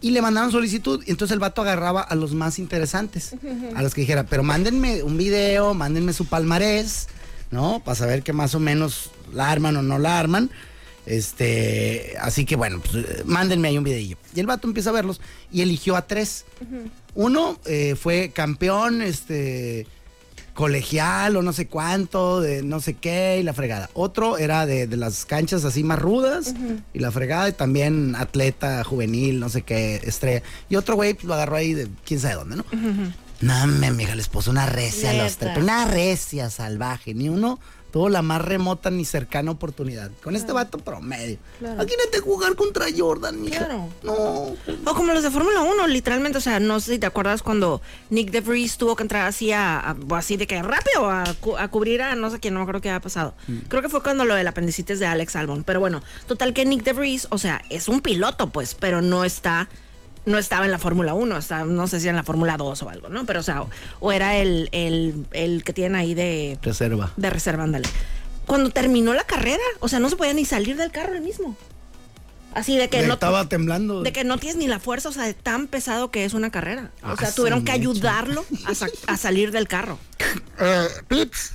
Speaker 2: Y le mandaron solicitud, y entonces el vato agarraba a los más interesantes, a los que dijera, pero mándenme un video, mándenme su palmarés, ¿no? Para saber que más o menos la arman o no la arman. Este, así que bueno, pues, eh, mándenme ahí un videillo. Y el vato empieza a verlos y eligió a tres. Uno eh, fue campeón, este, colegial o no sé cuánto, de no sé qué y la fregada. Otro era de, de las canchas así más rudas y la fregada y también atleta juvenil, no sé qué, estrella. Y otro güey pues, lo agarró ahí de quién sabe dónde, ¿no? No, me mija, les puso una recia a los
Speaker 1: Neta.
Speaker 2: tres, pero una recia salvaje, ni uno tuvo la más remota ni cercana oportunidad. Con este vato promedio. Imagínate jugar contra Jordan, mija.
Speaker 1: Claro.
Speaker 2: No.
Speaker 1: O como los de Fórmula 1, literalmente, o sea, no sé si te acuerdas cuando Nick De Vries tuvo que entrar así a, a- o así de que rápido a, cu- a cubrir a no sé quién, no me acuerdo qué había pasado.
Speaker 2: Mm.
Speaker 1: Creo que fue cuando lo del apendicitis de Alex Albon, pero bueno, total que Nick De Vries, o sea, es un piloto pues, pero no está no estaba en la Fórmula 1, está, no sé si en la Fórmula 2 o algo, ¿no? Pero o sea, o, o era el, el, el que tienen ahí de
Speaker 2: Reserva.
Speaker 1: de reserva, ándale. Cuando terminó la carrera, o sea, no se podía ni salir del carro el mismo. Así de que
Speaker 2: Le
Speaker 1: no
Speaker 2: estaba temblando.
Speaker 1: de que no tienes ni la fuerza, o sea, de tan pesado que es una carrera. O
Speaker 2: Ah,
Speaker 1: sea,
Speaker 2: su
Speaker 1: tuvieron que
Speaker 2: mecha.
Speaker 1: ayudarlo a, sa- a salir del carro.
Speaker 3: Eh, Pips,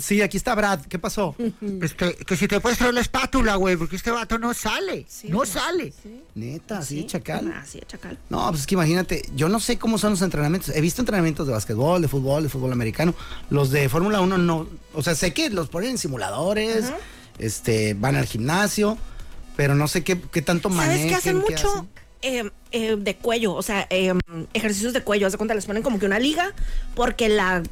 Speaker 2: Sí, aquí está Brad. ¿Qué pasó?
Speaker 3: este, que si te puedes traer la espátula, güey, porque este vato no sale.
Speaker 1: Sí,
Speaker 3: no
Speaker 1: güey.
Speaker 3: sale.
Speaker 2: Neta, Ah,
Speaker 1: Pues
Speaker 2: sí, chacal.
Speaker 1: Así, de Ah, chacal.
Speaker 2: No, pues es que imagínate, yo no sé cómo son los entrenamientos. He visto entrenamientos de básquetbol, de fútbol, de fútbol americano. Los de Fórmula 1 no. O sea, sé que los ponen en simuladores, este, van al gimnasio, pero no sé qué, qué tanto manejan.
Speaker 1: ¿Sabes qué hacen mucho? Eh, eh, de cuello, o sea, eh, ejercicios de cuello. Haz de cuenta, les ponen como que una liga, porque la.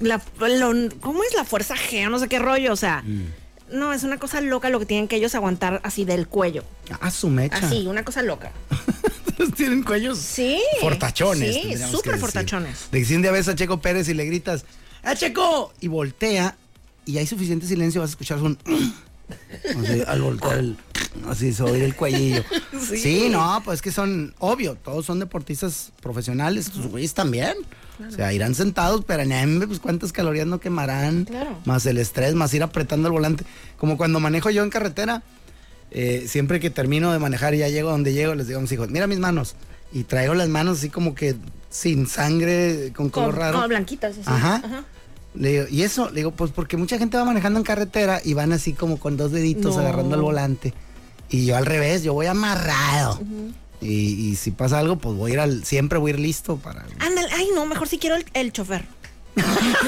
Speaker 1: la lo- ¿Cómo es la fuerza G? No sé qué rollo, o sea.
Speaker 2: Mm.
Speaker 1: No, es una cosa loca lo que tienen que ellos aguantar así del cuello.
Speaker 2: Ah, su mecha.
Speaker 1: Así,
Speaker 2: *laughs*
Speaker 1: una cosa loca.
Speaker 2: Tienen cuellos
Speaker 1: Sí.
Speaker 2: fortachones.
Speaker 1: Sí,
Speaker 2: tendríamos que
Speaker 1: súper
Speaker 2: decir.
Speaker 1: fortachones.
Speaker 2: De que si un día ves a Checo Pérez y le gritas, ¡Ah, Checo! Y voltea, y hay suficiente silencio, vas a escuchar un... *clears throat* así, al voltear el... *clears throat* Así se va a oír
Speaker 1: *laughs*
Speaker 2: el cuellillo. Sí. no, pues es que son, obvio, todos son deportistas profesionales, tus güeyes también. O sea, irán sentados, pero en pues cuántas calorías no quemarán.
Speaker 1: Claro.
Speaker 2: Más el estrés, más ir apretando el volante. Como cuando manejo yo en carretera, eh, siempre que termino de manejar y ya llego donde llego, les digo a mis hijos, mira mis manos. Y traigo las manos así como que sin sangre, con color
Speaker 1: Como-
Speaker 2: raro.
Speaker 1: como blanquitas, así.
Speaker 2: Ajá.
Speaker 1: Ajá.
Speaker 2: Le digo, y eso, le digo, pues porque mucha gente va manejando en carretera y van así como con dos deditos
Speaker 1: No.
Speaker 2: agarrando el volante. Y yo al revés, yo voy amarrado. y, y si pasa algo, pues voy a ir al, siempre voy a ir listo para...
Speaker 1: Ándale, ay no, mejor si quiero el, el chofer. *laughs*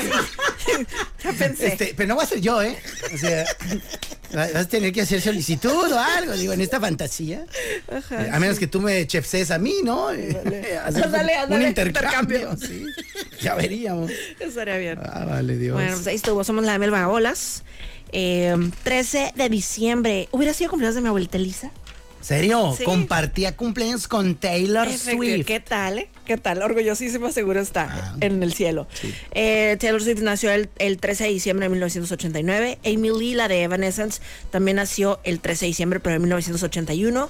Speaker 1: ya pensé.
Speaker 2: Este, pero no va a ser yo, ¿eh? O sea, *laughs* va- vas a tener que hacer solicitud o algo, digo, en esta fantasía. Eh, A menos que tú me chefses a mí, ¿no? Eh, *laughs* hacer un-
Speaker 1: Ándale, ándale, este
Speaker 2: un intercambio, sí. Ya veríamos.
Speaker 1: Estaría bien.
Speaker 2: Ah, vale, Dios.
Speaker 1: Bueno, pues ahí estuvo, somos la Mel Vagabolas. Eh, 13 de diciembre. ¿Hubiera sido cumpleaños de mi abuelita Elisa?
Speaker 2: ¿Serio?
Speaker 1: Sí.
Speaker 2: Compartía cumpleaños con Taylor Swift. Ah.
Speaker 1: ¿Qué tal, eh? ¿Qué tal? Orgullosísima, seguro está en el cielo. Eh, Taylor Swift nació el, el 13 de diciembre de 1989. Amy Lee, la de Evanescence, también nació el 13 de diciembre, pero de 1981.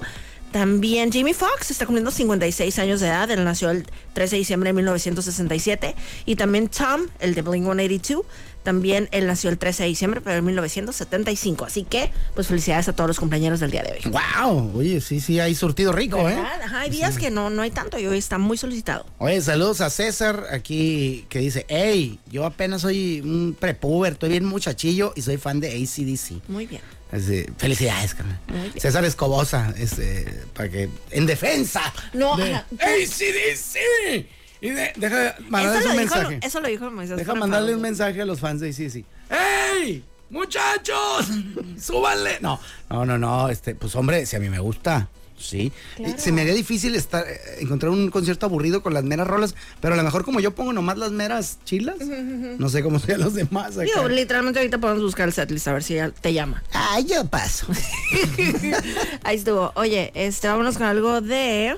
Speaker 1: También Jamie Foxx está cumpliendo 56 años de edad. Él nació el 13 de diciembre de 1967. Y también Tom, el de Blink 182. También él nació el 13 de diciembre, pero de 1975. Así que, pues felicidades a todos los compañeros del día de hoy.
Speaker 2: Wow, oye, sí, sí, hay surtido rico, ¿eh?
Speaker 1: ¿Verdad? Ajá, hay días que no, no hay tanto y hoy está muy solicitado.
Speaker 2: Oye, saludos a César aquí que dice, hey, yo apenas soy un prepuber, estoy bien muchachillo y soy fan de ACDC.
Speaker 1: Muy bien.
Speaker 2: Así, felicidades, carnal.
Speaker 1: Muy bien.
Speaker 2: César Escobosa, este, para que, en defensa.
Speaker 1: No,
Speaker 2: de
Speaker 1: ajá.
Speaker 2: ACDC. Y de- deja mandarles
Speaker 1: eso,
Speaker 2: un
Speaker 1: lo dijo,
Speaker 2: mensaje.
Speaker 1: eso lo dijo Moisés.
Speaker 2: Deja
Speaker 1: Bonaparte.
Speaker 2: mandarle un mensaje a los fans de ACDC. ¡Ey! ¡Muchachos!
Speaker 1: *laughs*
Speaker 2: ¡Súbanle! No, no, no, no. Este, pues hombre, si a mí me gusta. Sí.
Speaker 1: Claro.
Speaker 2: Se me haría difícil estar, eh, encontrar un concierto aburrido con las meras rolas, pero a lo mejor como yo pongo nomás las meras chilas, no sé cómo sean los demás. acá.
Speaker 1: Digo, literalmente ahorita podemos buscar el setlist a ver si ya te *laughs* llama.
Speaker 2: Ay, yo paso.
Speaker 1: Ahí estuvo. Oye, este, vámonos con algo de.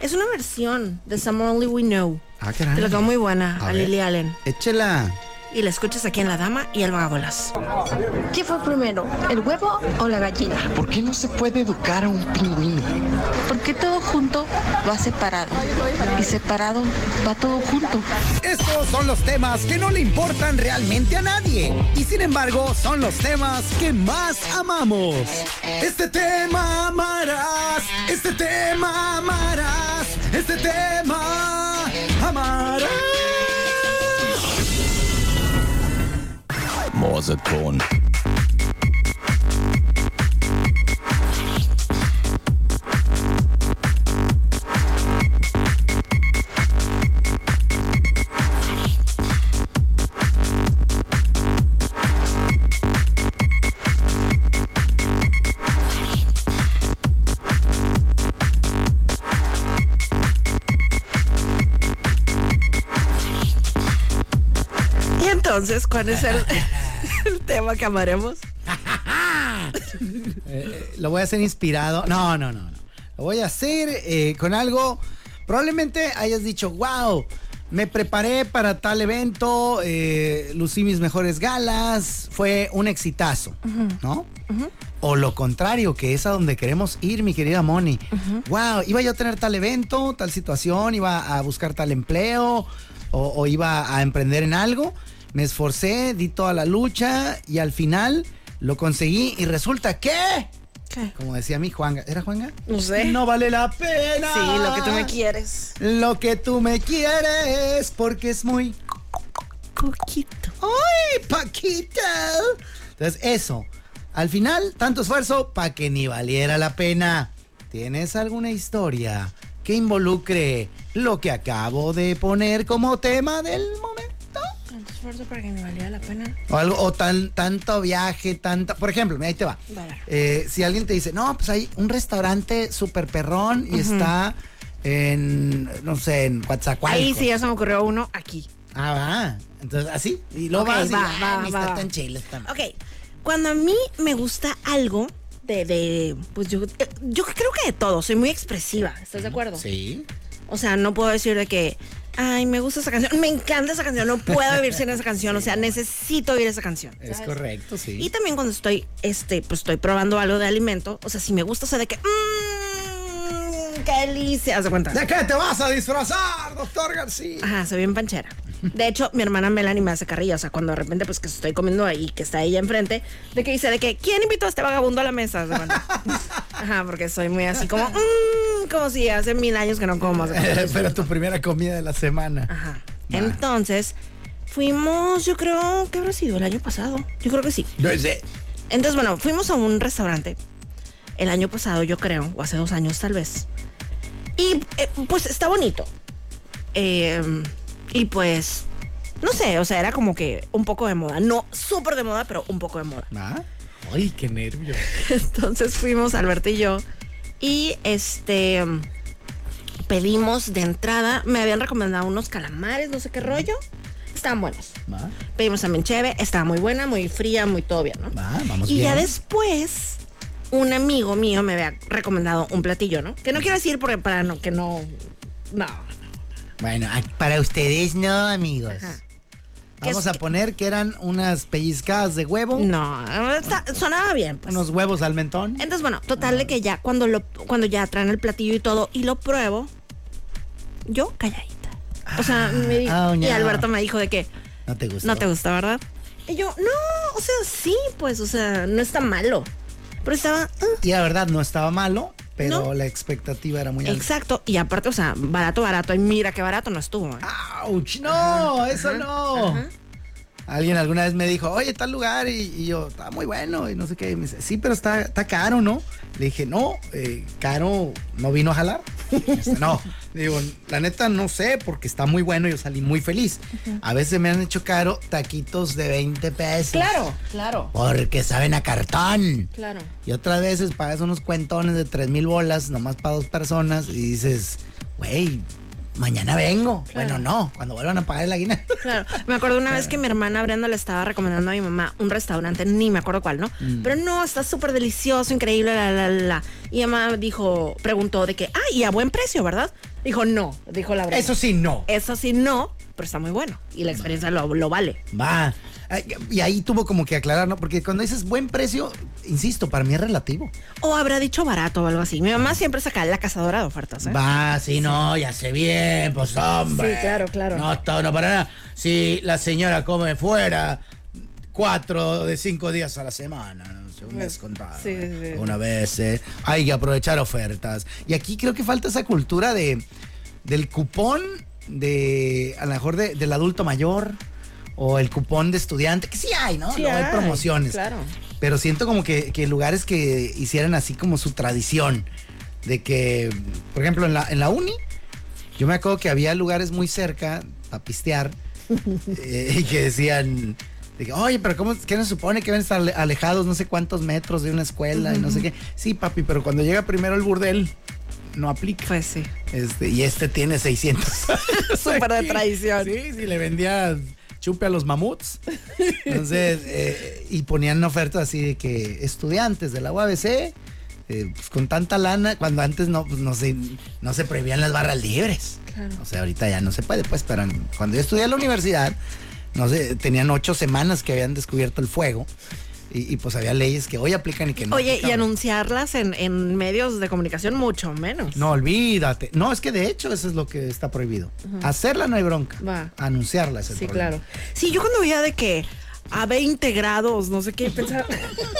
Speaker 1: Es una versión de Some Only We Know.
Speaker 2: Ah, caray.
Speaker 1: Te lo quedó muy buena
Speaker 2: A
Speaker 1: a,
Speaker 2: ver.
Speaker 1: Lily Allen.
Speaker 2: Échela.
Speaker 1: Y la escuchas aquí en La Dama y el Vagabolas.
Speaker 4: ¿Qué fue primero, el huevo o la gallina?
Speaker 5: ¿Por qué no se puede educar a un pingüino?
Speaker 4: Porque todo junto va separado y separado va todo junto.
Speaker 2: Estos son los temas que no le importan realmente a nadie. Y sin embargo, son los temas que más amamos. Este tema amarás. Este tema amarás. Este tema amarás.
Speaker 6: Morseton.
Speaker 1: Y entonces, ¿cuál es el, *laughs* el tema que amaremos?
Speaker 2: Lo voy a hacer inspirado. No, no, no. no. Lo voy a hacer eh, con algo. Probablemente hayas dicho, wow, me preparé para tal evento, eh, lucí mis mejores galas, fue un exitazo, ¿no? O lo contrario, que es a donde queremos ir, mi querida Moni. Wow, iba yo a tener tal evento, tal situación, iba a buscar tal empleo o, o iba a emprender en algo. Me esforcé, di toda la lucha y al final lo conseguí y resulta que...
Speaker 1: ¿Qué?
Speaker 2: Como decía mi Juanga, ¿era Juanga?
Speaker 1: No sé.
Speaker 2: No vale la pena.
Speaker 1: Sí, lo que tú me quieres.
Speaker 2: Lo que tú me quieres, porque es muy.
Speaker 1: Coquito.
Speaker 2: ¡Ay, Paquito! Entonces, eso. Al final, tanto esfuerzo para que ni valiera la pena. ¿Tienes alguna historia que involucre lo que acabo de poner como tema del momento?
Speaker 1: Tanto esfuerzo para que me valiera la pena.
Speaker 2: O algo, o tan, tanto viaje, tanta. Por ejemplo, mira, ahí te va.
Speaker 1: Vale.
Speaker 2: Eh, si alguien te dice, no, pues hay un restaurante súper perrón y está en, no sé, en Coatzacoalcos.
Speaker 1: Ahí sí ya se me ocurrió uno aquí.
Speaker 2: Ah, va. Entonces, así. Y luego
Speaker 1: Ok,
Speaker 2: vas y,
Speaker 1: va,
Speaker 2: "Ay,
Speaker 1: va,
Speaker 2: ni
Speaker 1: va,
Speaker 2: está
Speaker 1: va".
Speaker 2: tan chido, está mal".
Speaker 1: Ok, cuando a mí me gusta algo de, de pues yo, eh, yo creo que de todo, soy muy expresiva, ¿estás de acuerdo?
Speaker 2: Sí.
Speaker 1: O sea, no puedo decir de que, ay, me gusta esa canción, me encanta esa canción, no puedo vivir sin esa canción, o sea, necesito oír esa canción.
Speaker 2: Es correcto, Eh, sí.
Speaker 1: Y también cuando estoy, este, pues estoy probando algo de alimento, o sea, si me gusta, o sea, de que, mmm, qué delicia, haz de cuenta.
Speaker 2: ¿De qué te vas a disfrazar, doctor García?
Speaker 1: Ajá, soy bien panchera. De hecho, mi hermana Melanie me hace carrilla. O sea, cuando de repente, pues que estoy comiendo ahí, que está ella enfrente, de que dice, de que, ¿quién invitó a este vagabundo a la mesa? Haz de cuenta. Ajá, porque soy muy así como, "Mm", como si hace mil años que no como.
Speaker 2: *laughs*
Speaker 1: haz de cuenta.
Speaker 2: Pero tu primera comida de la semana.
Speaker 1: Ajá. Entonces, fuimos, yo creo que habrá sido el año pasado. Yo creo que sí.
Speaker 2: No sé.
Speaker 1: Entonces, bueno, fuimos a un restaurante el año pasado, yo creo, o hace dos años tal vez. Y eh, pues está bonito. Eh, y pues, no sé, o sea, era como que un poco de moda. No súper de moda, pero un poco de moda.
Speaker 2: ¿Ah? Ay, qué nervio.
Speaker 1: Entonces fuimos, Alberto y yo, y este pedimos de entrada, me habían recomendado unos calamares, no sé qué rollo. Estaban buenos.
Speaker 2: Va,
Speaker 1: Pedimos también cheve, estaba muy buena, muy fría, muy todo bien, ¿no?
Speaker 2: va, vamos
Speaker 1: Y
Speaker 2: bien.
Speaker 1: ya después, un amigo mío me había recomendado un platillo, ¿no? Que no quiero decir porque para no, que no. No.
Speaker 2: Bueno, a- para ustedes no, amigos.
Speaker 1: Ajá.
Speaker 2: Vamos
Speaker 1: ¿Qué
Speaker 2: a
Speaker 1: es-
Speaker 2: poner que eran unas pellizcadas de huevo,
Speaker 1: No, Eh, está- sonaba bien, pues.
Speaker 2: unos huevos al mentón.
Speaker 1: Entonces, bueno, total de que ya cuando lo, cuando ya traen el platillo y todo y lo pruebo, yo calladita. O sea, me di-
Speaker 2: Ah, oh,
Speaker 1: y
Speaker 2: no.
Speaker 1: Alberto me dijo de que
Speaker 2: No te gusta.
Speaker 1: no te gusta, ¿verdad? Y yo, no, o sea, sí, pues, o sea, no está malo. Pero estaba, "Ah,
Speaker 2: Y la verdad no estaba malo, pero
Speaker 1: No.
Speaker 2: la expectativa era muy alta.
Speaker 1: exacto. Y aparte, o sea, barato, barato. Y mira qué barato no estuvo. ¿eh?
Speaker 2: Ah, ¡Auch! ¡No! ¡Eso no! Alguien alguna vez me dijo, oye, tal lugar, y, y yo, está muy bueno, y no sé qué. Y me dice, sí, pero está, está caro, ¿no? Le dije, no, eh, caro no vino a jalar. *laughs* Este, No, digo, la neta no sé, porque está muy bueno, yo salí muy feliz. A veces me han hecho caro taquitos de 20 pesos.
Speaker 1: Claro, claro,
Speaker 2: Porque saben a cartón.
Speaker 1: claro.
Speaker 2: Y otras veces pagas unos cuentones de tres mil bolas, nomás para dos personas, y dices, güey, mañana vengo.
Speaker 1: Claro.
Speaker 2: Bueno, no, cuando vuelvan a pagar el aguinaldo.
Speaker 1: Claro, me acuerdo una vez que mi hermana Brenda le estaba recomendando a mi mamá un restaurante, ni me acuerdo cuál, ¿no?
Speaker 2: Mm.
Speaker 1: Pero no, está súper delicioso, increíble, la, la, la, la. Y mi mamá dijo, preguntó de que, ah, y a buen precio, ¿verdad? Dijo, no, dijo la Brenda.
Speaker 2: Eso sí, no.
Speaker 1: Eso sí, no, pero está muy bueno. Y la experiencia lo, lo vale.
Speaker 2: Va. Ay, Y ahí tuvo como que aclarar, ¿no? Porque cuando dices buen precio, insisto, para mí es relativo.
Speaker 1: O habrá dicho barato o algo así. Mi mamá siempre saca la cazadora de ofertas, ¿eh?
Speaker 2: Va, sí, no, ya sé bien, pues hombre.
Speaker 1: Sí, claro, claro.
Speaker 2: No, está no para nada. Si la señora come fuera cuatro de cinco días a la semana, no sé, un mes contado.
Speaker 1: Sí, sí, sí.
Speaker 2: Una vez, eh, hay que aprovechar ofertas. Y aquí creo que falta esa cultura de del cupón de, a lo mejor de- del adulto mayor o el cupón de estudiante, que sí hay, ¿no?
Speaker 1: Sí
Speaker 2: Luego hay
Speaker 1: hay,
Speaker 2: promociones.
Speaker 1: claro.
Speaker 2: Pero siento como que, que lugares que hicieran así como su tradición. De que, por ejemplo, en la, en la uni, yo me acuerdo que había lugares muy cerca a pistear eh, y que decían, de que, oye, pero ¿cómo, ¿qué nos supone que ven a estar ale- alejados no sé cuántos metros de una escuela y no sé qué? Sí, papi, pero cuando llega primero el burdel, no aplica.
Speaker 1: Pues sí.
Speaker 2: Este, y este tiene 600.
Speaker 1: Súper de traición.
Speaker 2: Sí, sí, le vendía chupe a los mamuts. Entonces,
Speaker 1: *laughs*
Speaker 2: eh, y ponían ofertas así de que estudiantes de la UABC, eh, pues con tanta lana, cuando antes no, pues no se, no se prohibían las barras libres. O sea, ahorita ya no se puede, pues, pero en- cuando yo estudié en la universidad, no sé, tenían ocho semanas que habían descubierto el fuego. Y, y, pues había leyes que hoy aplican y que no.
Speaker 1: Oye, y
Speaker 2: aplicaban.
Speaker 1: anunciarlas en, en medios de comunicación mucho menos.
Speaker 2: No, olvídate. No, es que de hecho eso es lo que está prohibido. Hacerla no hay bronca.
Speaker 1: Va.
Speaker 2: Anunciarla es el
Speaker 1: Sí,
Speaker 2: problema.
Speaker 1: claro. Sí, yo cuando veía de que a 20 grados, no sé
Speaker 2: *laughs*
Speaker 1: qué, pensaba, *laughs*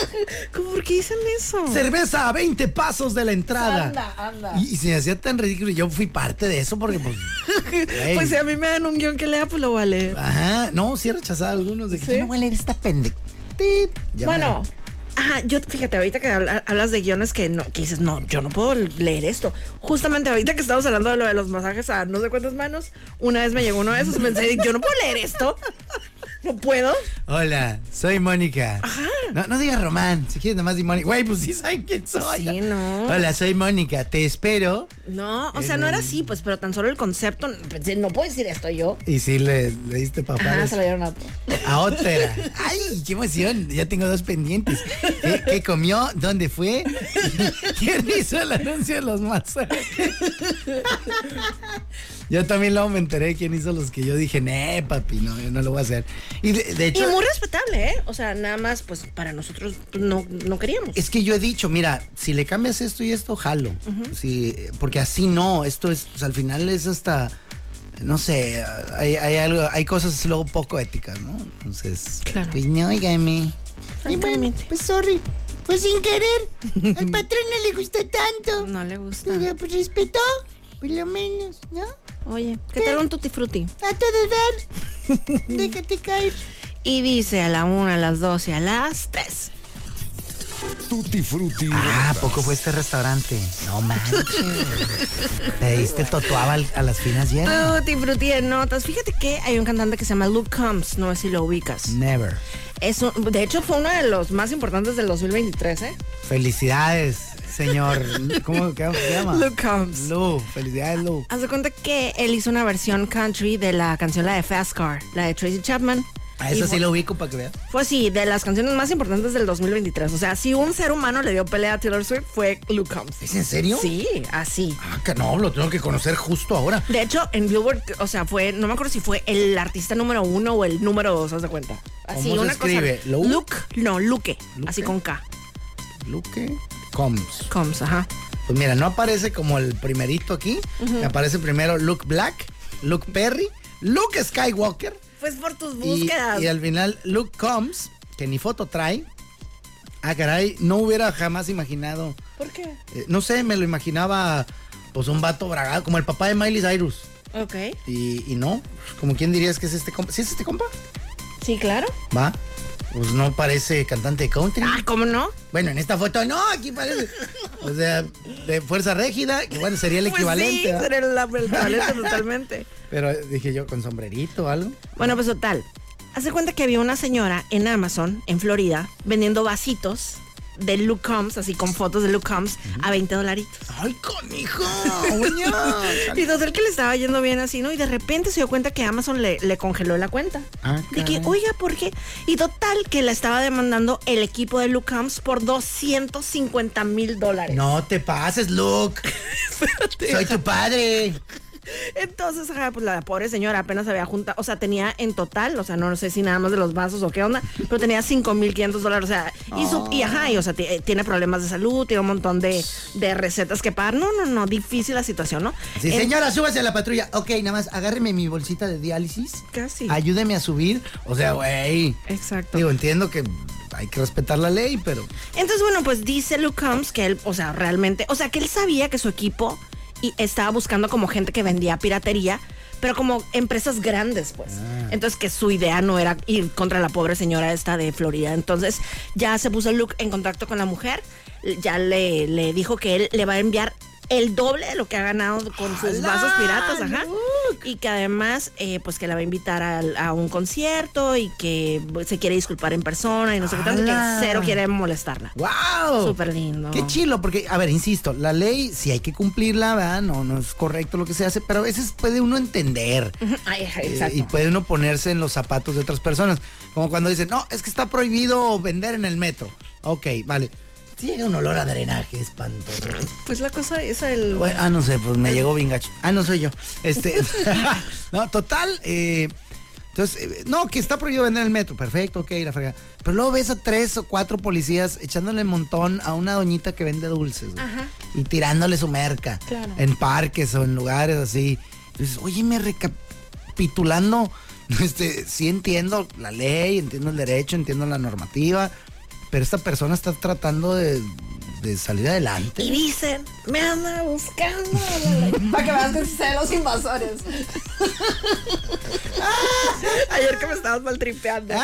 Speaker 1: ¿cómo, ¿por qué dicen eso?
Speaker 2: Cerveza a 20 pasos de la entrada.
Speaker 1: Anda, anda.
Speaker 2: Y, y se me hacía tan ridículo. y Yo fui parte de eso porque,
Speaker 1: *laughs*
Speaker 2: pues. güey,
Speaker 1: Pues si a mí me dan un guión que lea, pues lo vale.
Speaker 2: Ah, Ajá. No, sí he rechazado algunos de que
Speaker 1: ¿Sí?
Speaker 2: "Yo no voy a leer esta pendeja. Tit. Ya me-
Speaker 1: Bueno, ajá, yo fíjate, ahorita que habla- hablas de guiones que no, que dices, no, yo no puedo leer esto. Justamente ahorita que estamos hablando de lo de los masajes a no sé cuántas manos, una vez me llegó uno de esos y pensé, yo no puedo leer esto. No puedo.
Speaker 2: Hola, soy Mónica. No, no digas Román. Si quieres, nomás di Mónica. Güey, pues sí saben quién soy.
Speaker 1: Sí, no.
Speaker 2: Hola, soy Mónica. Te espero.
Speaker 1: No, o sea, no era así, pues, pero tan solo el concepto, pensé, no puedo decir esto yo.
Speaker 2: Y sí le, le diste papá.
Speaker 1: Ajá,
Speaker 2: de-
Speaker 1: se lo dieron a otro.
Speaker 2: A otra. ¡Ay, qué emoción! Ya tengo dos pendientes. ¿Qué, qué comió? ¿Dónde fue? *laughs* ¿Quién hizo el anuncio de los masajes? Yo también luego me enteré de quién hizo los que yo dije, nee, papi, no, yo no lo voy a hacer. Y de, de
Speaker 1: Y
Speaker 2: hecho,
Speaker 1: muy respetable, ¿eh? O sea, nada más, pues para nosotros pues, no, no queríamos.
Speaker 2: es que yo he dicho, mira, si le cambias esto y esto, jalo. Sí, porque así no, esto es, o sea, al final es hasta, no sé, hay, hay algo, hay cosas luego poco éticas, ¿no? Entonces,
Speaker 1: Claro.
Speaker 2: pues no, óigame.
Speaker 1: Ay, bueno, Totalmente.
Speaker 2: pues sorry. Pues sin querer. Al patrón no le gustó tanto.
Speaker 1: No le gusta.
Speaker 2: pues respetó. Por lo menos, ¿no?
Speaker 1: Oye, ¿qué tal un tutti frutti?
Speaker 2: A todo dar. Déjate caer.
Speaker 1: Y dice a la una, a las dos y a las tres.
Speaker 7: Tutti Frutti.
Speaker 2: Ah, ¿a poco fue este restaurante?
Speaker 1: *laughs*
Speaker 2: No manches. Te diste totuaba al- a las finas hierbas.
Speaker 1: Tutti frutti de notas. Fíjate que hay un cantante que se llama Luke Combs, no sé si lo ubicas.
Speaker 2: Never.
Speaker 1: Es un- de hecho, fue uno de los más importantes del 2023, ¿eh?
Speaker 2: Felicidades, señor. ¿Cómo qué se llama?
Speaker 1: Luke Combs.
Speaker 2: Lu. Felicidades, Lu.
Speaker 1: Haz de cuenta que él hizo una versión country de la canción la de Fast Car, la de Tracy Chapman. Y
Speaker 2: A eso
Speaker 1: fue-
Speaker 2: Ah, sí lo ubico para que veas.
Speaker 1: Pues sí, de las canciones más importantes del 2023. O sea, si un ser humano le dio pelea a Taylor Swift fue Luke Combs.
Speaker 2: ¿Es en serio?
Speaker 1: Sí, así.
Speaker 2: Ah, que no, lo tengo que conocer justo ahora.
Speaker 1: De hecho, en Billboard, o sea, fue, no me acuerdo si fue el artista número uno o el número dos, haz de cuenta. Así,
Speaker 2: ¿Cómo se
Speaker 1: una
Speaker 2: escribe?
Speaker 1: cosa.
Speaker 2: ¿Luke?
Speaker 1: Luke, no, Luke, así
Speaker 2: ¿Luke?
Speaker 1: con K.
Speaker 2: Luke Combs.
Speaker 1: Combs, ajá.
Speaker 2: Pues mira, no aparece como el primerito aquí. Me Aparece primero Luke Black, Luke Perry, Luke Skywalker.
Speaker 1: Pues por tus
Speaker 2: Y,
Speaker 1: búsquedas.
Speaker 2: y al final Luke Combs, que ni foto trae. Ah, caray, no hubiera jamás imaginado.
Speaker 1: ¿Por qué?
Speaker 2: eh, no sé, me lo imaginaba pues un vato bragado, como el papá de Miley Cyrus.
Speaker 1: Ok.
Speaker 2: Y, y no, como quién dirías que es este compa. ¿Sí es este compa?
Speaker 1: Sí, claro.
Speaker 2: Va. Pues no parece cantante de country.
Speaker 1: Ah, ¿cómo no?
Speaker 2: Bueno, en esta foto no, aquí parece. O sea, de fuerza rígida, que bueno, sería el
Speaker 1: Pues
Speaker 2: equivalente.
Speaker 1: sí,
Speaker 2: ¿verdad?
Speaker 1: sería el- el
Speaker 2: *laughs*
Speaker 1: equivalente totalmente.
Speaker 2: Pero dije yo, con sombrerito o algo.
Speaker 1: Bueno, pues total. Hace cuenta que había una señora en Amazon, en Florida, vendiendo vasitos de Luke Combs, así con fotos de Luke Combs, a 20 dolaritos.
Speaker 2: ¡Ay, conijo!
Speaker 1: Y total que le estaba yendo bien así, ¿no? Y de repente se dio cuenta que Amazon le, le congeló la cuenta.
Speaker 2: Ah,
Speaker 1: de que,
Speaker 2: caray.
Speaker 1: oiga, ¿por qué? Y total que la estaba demandando el equipo de Luke Combs por 250 mil dólares. *laughs*
Speaker 2: No te pases, Luke. Soy tu padre.
Speaker 1: Entonces, ajá, pues la pobre señora apenas había juntado, o sea, tenía en total, o sea, no, no sé si nada más de los vasos o qué onda, pero tenía 5.500 dólares, o sea, y, su- y ajá, y o sea, ti- eh, tiene problemas de salud, tiene un montón de, de recetas que pagar. No, no, no, difícil la situación, ¿no?
Speaker 2: Sí,
Speaker 1: En-
Speaker 2: señora, súbase a la patrulla. Ok, nada más, agárreme mi bolsita de diálisis.
Speaker 1: Casi.
Speaker 2: Ayúdeme a subir. O sea, güey.
Speaker 1: Exacto.
Speaker 2: Digo, entiendo que hay que respetar la ley, pero.
Speaker 1: Entonces, bueno, pues dice Luke Combs que él, o sea, realmente, o sea, que él sabía que su equipo y estaba buscando como gente que vendía piratería, pero como empresas grandes, pues. Entonces, que su idea no era ir contra la pobre señora esta de Florida. Entonces, ya se puso Luke en contacto con la mujer, ya le, le dijo que él le va a enviar el doble de lo que ha ganado con sus vasos piratas, ajá. Y que además, eh, pues que la va a invitar al- a, un concierto y que pues, se quiere disculpar en persona y no sé qué tanto, que
Speaker 2: ¡Hala!
Speaker 1: cero quiere molestarla.
Speaker 2: ¡Wow!
Speaker 1: Súper lindo.
Speaker 2: Qué chilo, porque, a ver, insisto, la ley sí hay que cumplirla, ¿verdad? No, no es correcto lo que se hace, pero a veces puede uno entender.
Speaker 1: Ay, ajá,
Speaker 2: eh,
Speaker 1: exacto.
Speaker 2: y puede uno ponerse en los zapatos de otras personas. Como cuando dicen, no, es que está prohibido vender en el metro. Ok, vale. Tiene un olor a drenaje espantoso.
Speaker 1: Pues la cosa es el.
Speaker 2: Bueno, ah, no sé, pues me llegó bien gacho. Ah, no soy yo.
Speaker 1: *laughs*
Speaker 2: Este, *laughs* no, total, eh, entonces, eh, no, que está prohibido vender en el metro, perfecto, ok, la fregada. Pero luego ves a tres o cuatro policías echándole montón a una doñita que vende dulces, güey, Y tirándole su merca.
Speaker 1: Claro.
Speaker 2: En parques o en lugares así. Entonces, oye, me recapitulando, *laughs* este, sí entiendo la ley, entiendo el derecho, entiendo la normativa, pero esta persona está tratando de, de salir adelante.
Speaker 1: Y dicen, me anda buscando. *laughs* Para que veas que sé los invasores. *laughs* Ayer que me estabas *laughs* maltripeando.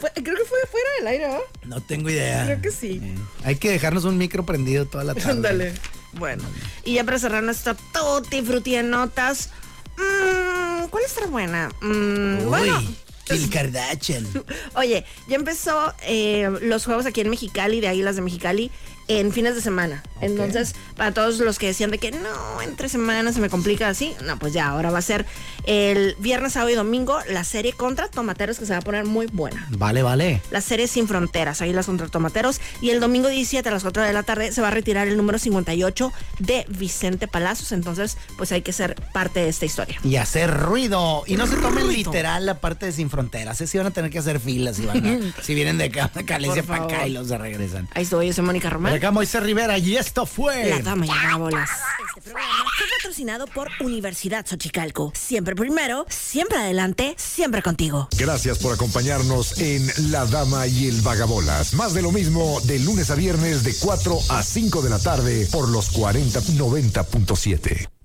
Speaker 1: Fue- creo que fue fuera del aire, ¿no?
Speaker 2: No tengo idea. Eh,
Speaker 1: Creo que sí.
Speaker 2: Hay que dejarnos un micro prendido toda la tarde.
Speaker 1: Ándale. Bueno, y ya para cerrar nuestra tutti frutti de notas. mm, ¿Cuál estará buena? Mm,
Speaker 2: Uy,
Speaker 1: bueno,
Speaker 2: Kim Kardashian.
Speaker 1: Oye, ya empezó eh, los juegos aquí en Mexicali, de Águilas de Mexicali, en fines de semana. Entonces, para todos los que decían de que no, entre semanas se me complica así, no, pues ya, ahora va a ser el viernes, sábado y domingo la serie contra Tomateros que se va a poner muy buena.
Speaker 2: Vale, vale.
Speaker 1: La serie Sin Fronteras, Águilas contra Tomateros. Y el domingo 17 a las 4 de la tarde se va a retirar el número 58 de Vicente Palazos. Entonces, pues hay que ser parte de esta historia.
Speaker 2: Y hacer ruido. Y no se tomen
Speaker 1: Ruido.
Speaker 2: literal la parte de Sin Fronteras. eh, Sí van a tener que hacer filas, si, van a- si vienen de acá, de Calesia
Speaker 1: Por
Speaker 2: para acá
Speaker 1: favor.
Speaker 2: y los se regresan.
Speaker 1: Ahí estoy, yo soy Mónica
Speaker 2: Por
Speaker 1: Román.
Speaker 2: acá Moisés Rivera y esto fue...
Speaker 1: La dama y las bolas. Este programa fue patrocinado por Universidad Xochicalco. Siempre primero, siempre adelante, siempre contigo.
Speaker 7: Gracias por acompañarnos en La Dama y el Vagabolas. Más de lo mismo de lunes a viernes de 4 a 5 de la tarde por los 4090.7.